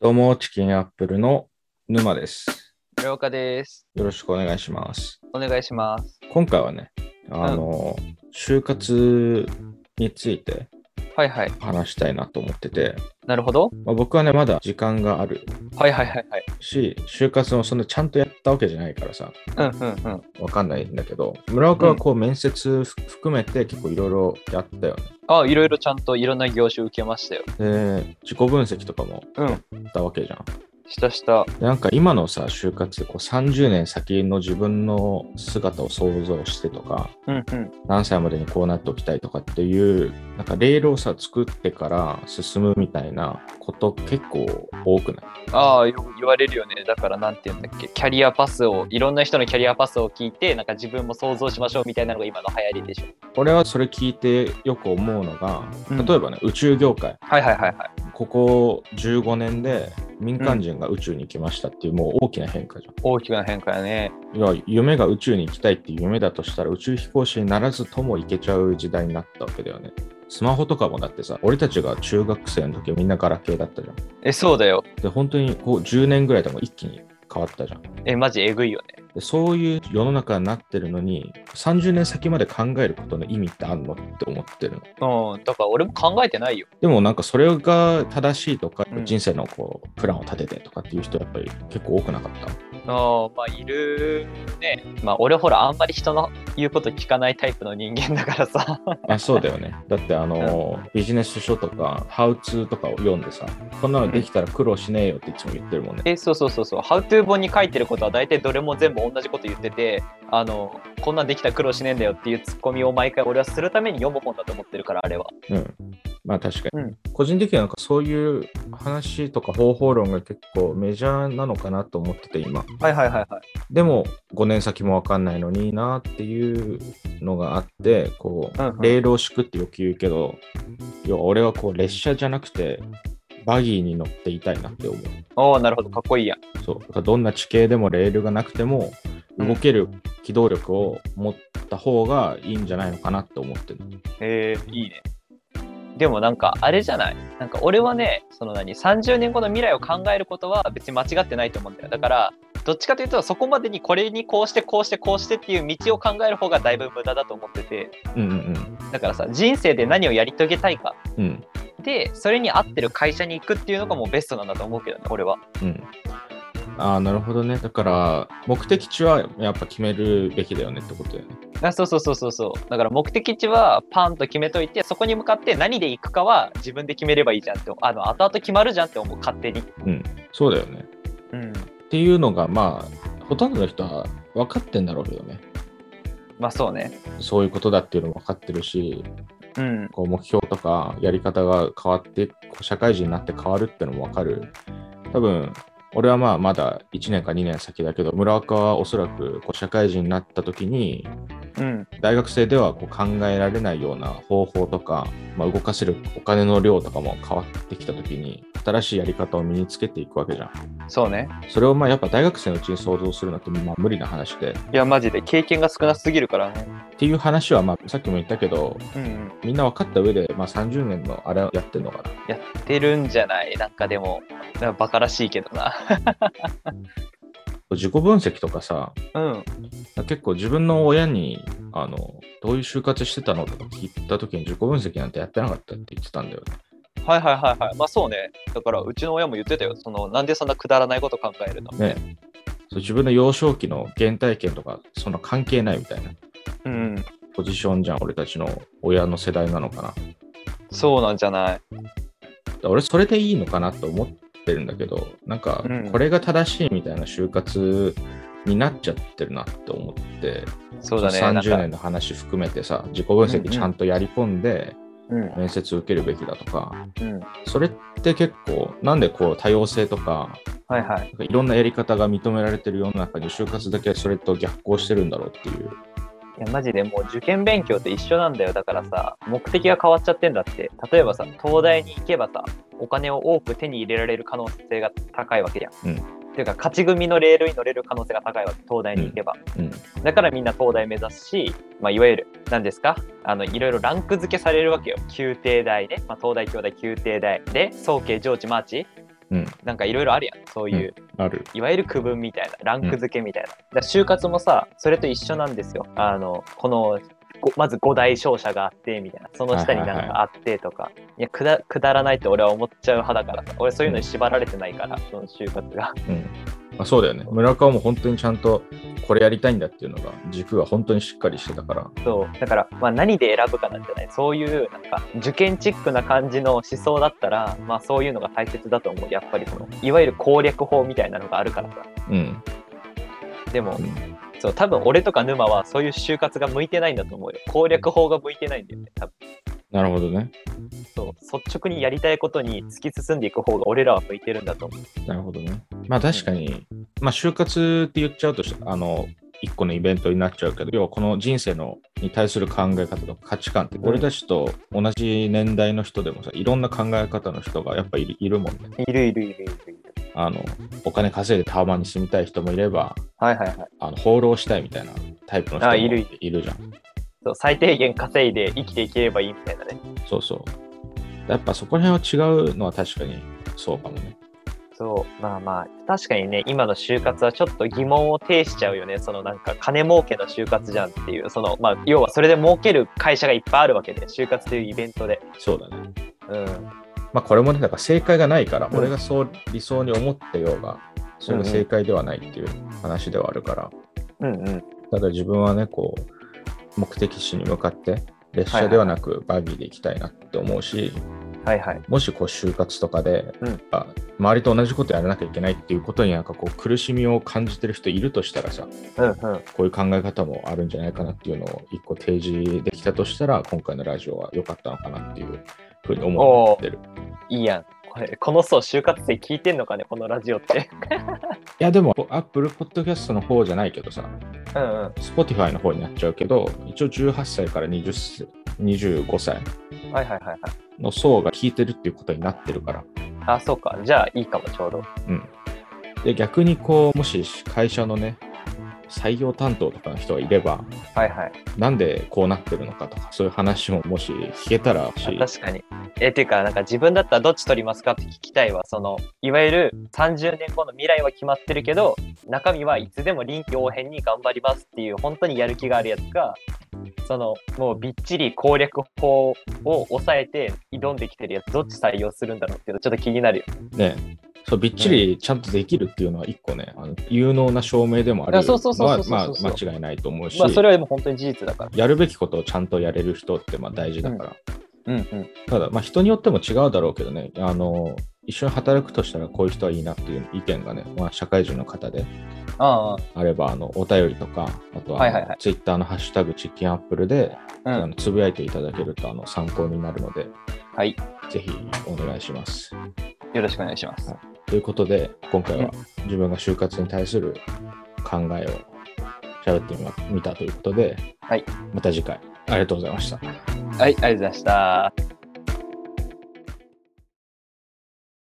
どうも、チキンアップルの沼です。りょうかです。よろしくお願いします。お願いします。今回はね、あの、就活についてはいはい。話したいなと思ってて、なるほど。まあ、僕はね、まだ時間があるはいはいはいはい。し、就活もそんなちゃんとやったわけじゃないからさ、うんうんうん。わかんないんだけど、村岡はこう、面接ふ含めて結構いろいろやったよね。あ、いろいろちゃんといろんな業種受けましたよ。で、自己分析とかもうんやったわけじゃん。したした。でなんか今のさ、就活、こう30年先の自分の姿を想像してとか、うんうん。何歳までにこうなっておきたいとかっていうなんかレールをさ作ってから進むみたいなこと結構多くないああ、よく言われるよね。だからなんて言うんだっけ。キャリアパスを、いろんな人のキャリアパスを聞いて、なんか自分も想像しましょうみたいなのが今の流行りでしょ。俺はそれ聞いてよく思うのがうん例えばね、宇宙業界はいはいはいはい。ここ15年で民間人が宇宙に行きましたっていうもう大きな変化じゃん。大きな変化やね。要は夢が宇宙に行きたいっていう夢だとしたら宇宙飛行士にならずとも行けちゃう時代になったわけだよね。スマホとかもだってさ俺たちが中学生の時みんなガラケーだったじゃん。え、そうだよ。で本当にこう10年ぐらいでも一気に変わったじゃん。え、マジえぐいよね。でそういう世の中になってるのに30年先まで考えることの意味ってあるのって思ってるのうん。だから俺も考えてないよ。でもなんかそれが正しいとか、うん人生のこうプランを立ててとかっていう人やっぱり結構多くなか ったああ、まあいるね。まあ俺ほら、あんまり人の言うこと聞かないタイプの人間だからさ。あそうだよねだってあの、ビジネス書とかハウツーとかを読んでさこんなのできたら苦労しねえよっていつも言ってるもんね、えそうそうそうそう「How to」本に書いてることは大体どれも全部同じこと言っててあのこんなんできたら苦労しねえんだよっていうツッコミを毎回俺はするために読む本だと思ってるからあれはうんまあ確かに、うん個人的にはなんかそういう話とか方法論が結構メジャーなのかなと思ってて今はいはいはいはいでも5年先も分かんないのになっていうのがあってこうんうんうレールを敷くってよく言うけど要は俺はこう列車じゃなくてバギーに乗っていたいなって思うおおなるほどかっこいいやんそうだからどんな地形でもレールがなくてもうん動ける機動力を持った方がいいんじゃないのかなって思ってるえー、いいねでもなんかあれじゃないなんか俺はねその何30年後の未来を考えることは別に間違ってないと思うんだよだからどっちかというとそこまでにこれにこうしてこうしてこうしてっていう道を考える方がだいぶ無駄だと思っててうんうんだからさ人生で何をやり遂げたいかうんうんでそれに合ってる会社に行くっていうのがもうベストなんだと思うけどね俺はうんああなるほどねだから目的地はやっぱ決めるべきだよねってことだよねあそうそうそうそうそうだから目的地はパンと決めといてそこに向かって何で行くかは自分で決めればいいじゃんってあの後々決まるじゃんって思う勝手にそうだよねうんっていうのがまあほとんどの人は分かってんだろうけどねまあそうねそういうことだっていうのも分かってるしうんこう目標とかやり方が変わってこう社会人になって変わるってのも分かる多分俺はまあまだ1年か2年先だけど村岡はおそらくこう社会人になった時にうん大学生ではこう考えられないような方法とか、まあ、動かせるお金の量とかも変わってきた時に新しいやり方を身につけていくわけじゃんそうねそれをまあやっぱ大学生のうちに想像するのってまあ無理な話でいやマジで経験が少なすぎるからねっていう話は、まあ、さっきも言ったけど、うん、うん、みんな分かった上で、まあ、30年のあれをやってんのかな。やってるんじゃないなんかでもなんかバカらしいけどな自己分析とかさ、うん結構自分の親に、あの、どういう就活してたのとか聞いた時に自己分析なんてやってなかったって言ってたんだよね。はいはいはいはいまあそうねだからうちの親も言ってたよそのなんでそんなくだらないこと考えるのねそう自分の幼少期の原体験とか、そんな関係ないみたいなうんポジションじゃん、俺たちの親の世代なのかな。だかそうなんじゃないら俺、それでいいのかなと思ってるんだけど、なんかうん、これが正しいみたいな就活になっちゃってるなって思って。そうだね。 30なん年の話含めてさ自己分析ちゃんとやり込んでか面接受けるべきだとか、うん。うん。それって結構なんでこう多様性とかはいはい。なんかいろんなやり方が認められてる世の中に就活だけそれと逆行してるんだろうっていういや、マジでもう受験勉強と一緒なんだよ。だからさ、目的が変わっちゃってんだって。例えばさ、東大に行けばさ、お金を多く手に入れられる可能性が高いわけじゃん。うんっていうか、勝ち組のレールに乗れる可能性が高いわけ、東大に行けば。うんだからみんな東大目指すし、まあ、いわゆる、何ですかあの、いろいろランク付けされるわけよ。宮廷大ね。まあ、東大、京大、宮廷大。で、総計、上智、マーチ。うんなんかいろいろあるやんそういう、ある。いわゆる区分みたいなランク付けみたいな、だから就活もさそれと一緒なんですよあのこのごまず5大商社があってみたいなその下になんかあってとか、いやくだくだらないって俺は思っちゃう派だからさ俺そういうのに縛られてないから、その就活が うんあ、そうだよね。村川も本当にちゃんとこれやりたいんだっていうのが軸が本当にしっかりしてたから。そうだから、まあ、何で選ぶかなんじゃないそういうなんか受験チックな感じの思想だったら、まあ、そういうのが大切だと思うやっぱりそのいわゆる攻略法みたいなのがあるからさうん。でも、うんそう多分俺とか沼はそういう就活が向いてないんだと思うよ攻略法が向いてないんだよね多分なるほどね。そう率直にやりたいことに突き進んでいく方が俺らは向いてるんだと思うなるほどね。まあ確かに、まあ就活って言っちゃうとし、あの、一個のイベントになっちゃうけど、要はこの人生のに対する考え方とか価値観って、うん俺たちと同じ年代の人でもさ、いろんな考え方の人がやっぱいるいるもんね。いるいるいるいるいるあの、お金稼いでタワマンに住みたい人もいれば、はいはいはいあの放浪したいみたいなタイプの人もあいいるるいるじゃん。そう最低限稼いで生きていければいいみたいなねそうそう。やっぱそこら辺は違うのは確かにそうかもね。そうまあまあ確かにね今の就活はちょっと疑問を呈しちゃうよねそのなんか金儲けの就活じゃんっていうそのまあ要はそれで儲ける会社がいっぱいあるわけで就活というイベントでそうだね。うんまあこれもね、だから正解がないから、うん俺がそう理想に思ったようが、それが正解ではないっていう話ではあるから、うんうんただ自分はね、こう、目的地に向かって、列車ではなくバギーで行きたいなって思うし、はいはいもしこう就活とかで、うんあ周りと同じことやらなきゃいけないっていうことになんかこう苦しみを感じてる人いるとしたらさ、うんうんこういう考え方もあるんじゃないかなっていうのを一個提示できたとしたら、今回のラジオは良かったのかなっていうふうに思ってる。いいやんこれこの層就活生聞いてんのかねこのラジオって いや、でも、Apple Podcast の方じゃないけどさ、うんうん Spotify の方になっちゃうけど、一応18歳から20歳25歳はいはいはいはい。の層が聞いてるっていうことになってるから。あ、そうか。じゃあいいかも、ちょうど。で、逆にこう、もし会社のね、採用担当とかの人がいれば、はいはい。なんでこうなってるのかとか、そういう話ももし聞けたらし、あ確かに。え、ていうか、なんか自分だったらどっち取りますかって聞きたいわ。その、いわゆる30年後の未来は決まってるけど、中身はいつでも臨機応変に頑張りますっていう、本当にやる気があるやつが、その、もうびっちり攻略法を抑えて挑んできてるやつ、どっち採用するんだろうっていうの、ちょっと気になるよ。ね、そうびっちりちゃんとできるっていうのは一個ね、あの有能な証明でもあいるやそうそうのそうはそうまあそうそうそう間違いないと思うし、まあ、それはもう本当に事実だから。やるべきことをちゃんとやれる人ってまあ大事だから、うんうん。ただ、まあ、人によっても違うだろうけどねあの一緒に働くとしたらこういう人はいいなっていう意見がね、まあ、社会人の方でああればあのお便りとかあとははいはいはいツイッターの「ハッシュタグチキンアップルで」あ、あうん。のつぶやいていただけるとあの参考になるのではい。ぜひお願いします。よろしくお願いします。ということで、今回は自分が就活に対する考えを喋ってみま見たということで、はいまた次回ありがとうございました。はい、ありがとうございました。